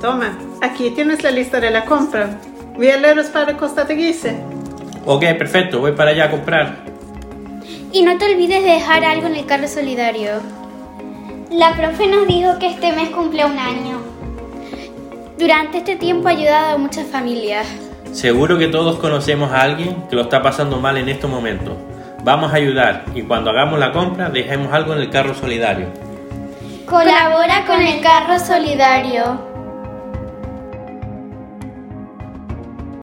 Tome, aquí tienes la lista de la compra. Voy a leeros para Costa Teguise. Ok, perfecto, voy para allá a comprar. Y no te olvides de dejar algo en el carro solidario. La profe nos dijo que este mes cumple un año. Durante este tiempo ha ayudado a muchas familias. Seguro que todos conocemos a alguien que lo está pasando mal en estos momentos. Vamos a ayudar y cuando hagamos la compra dejemos algo en el carro solidario. Colabora con el carro solidario.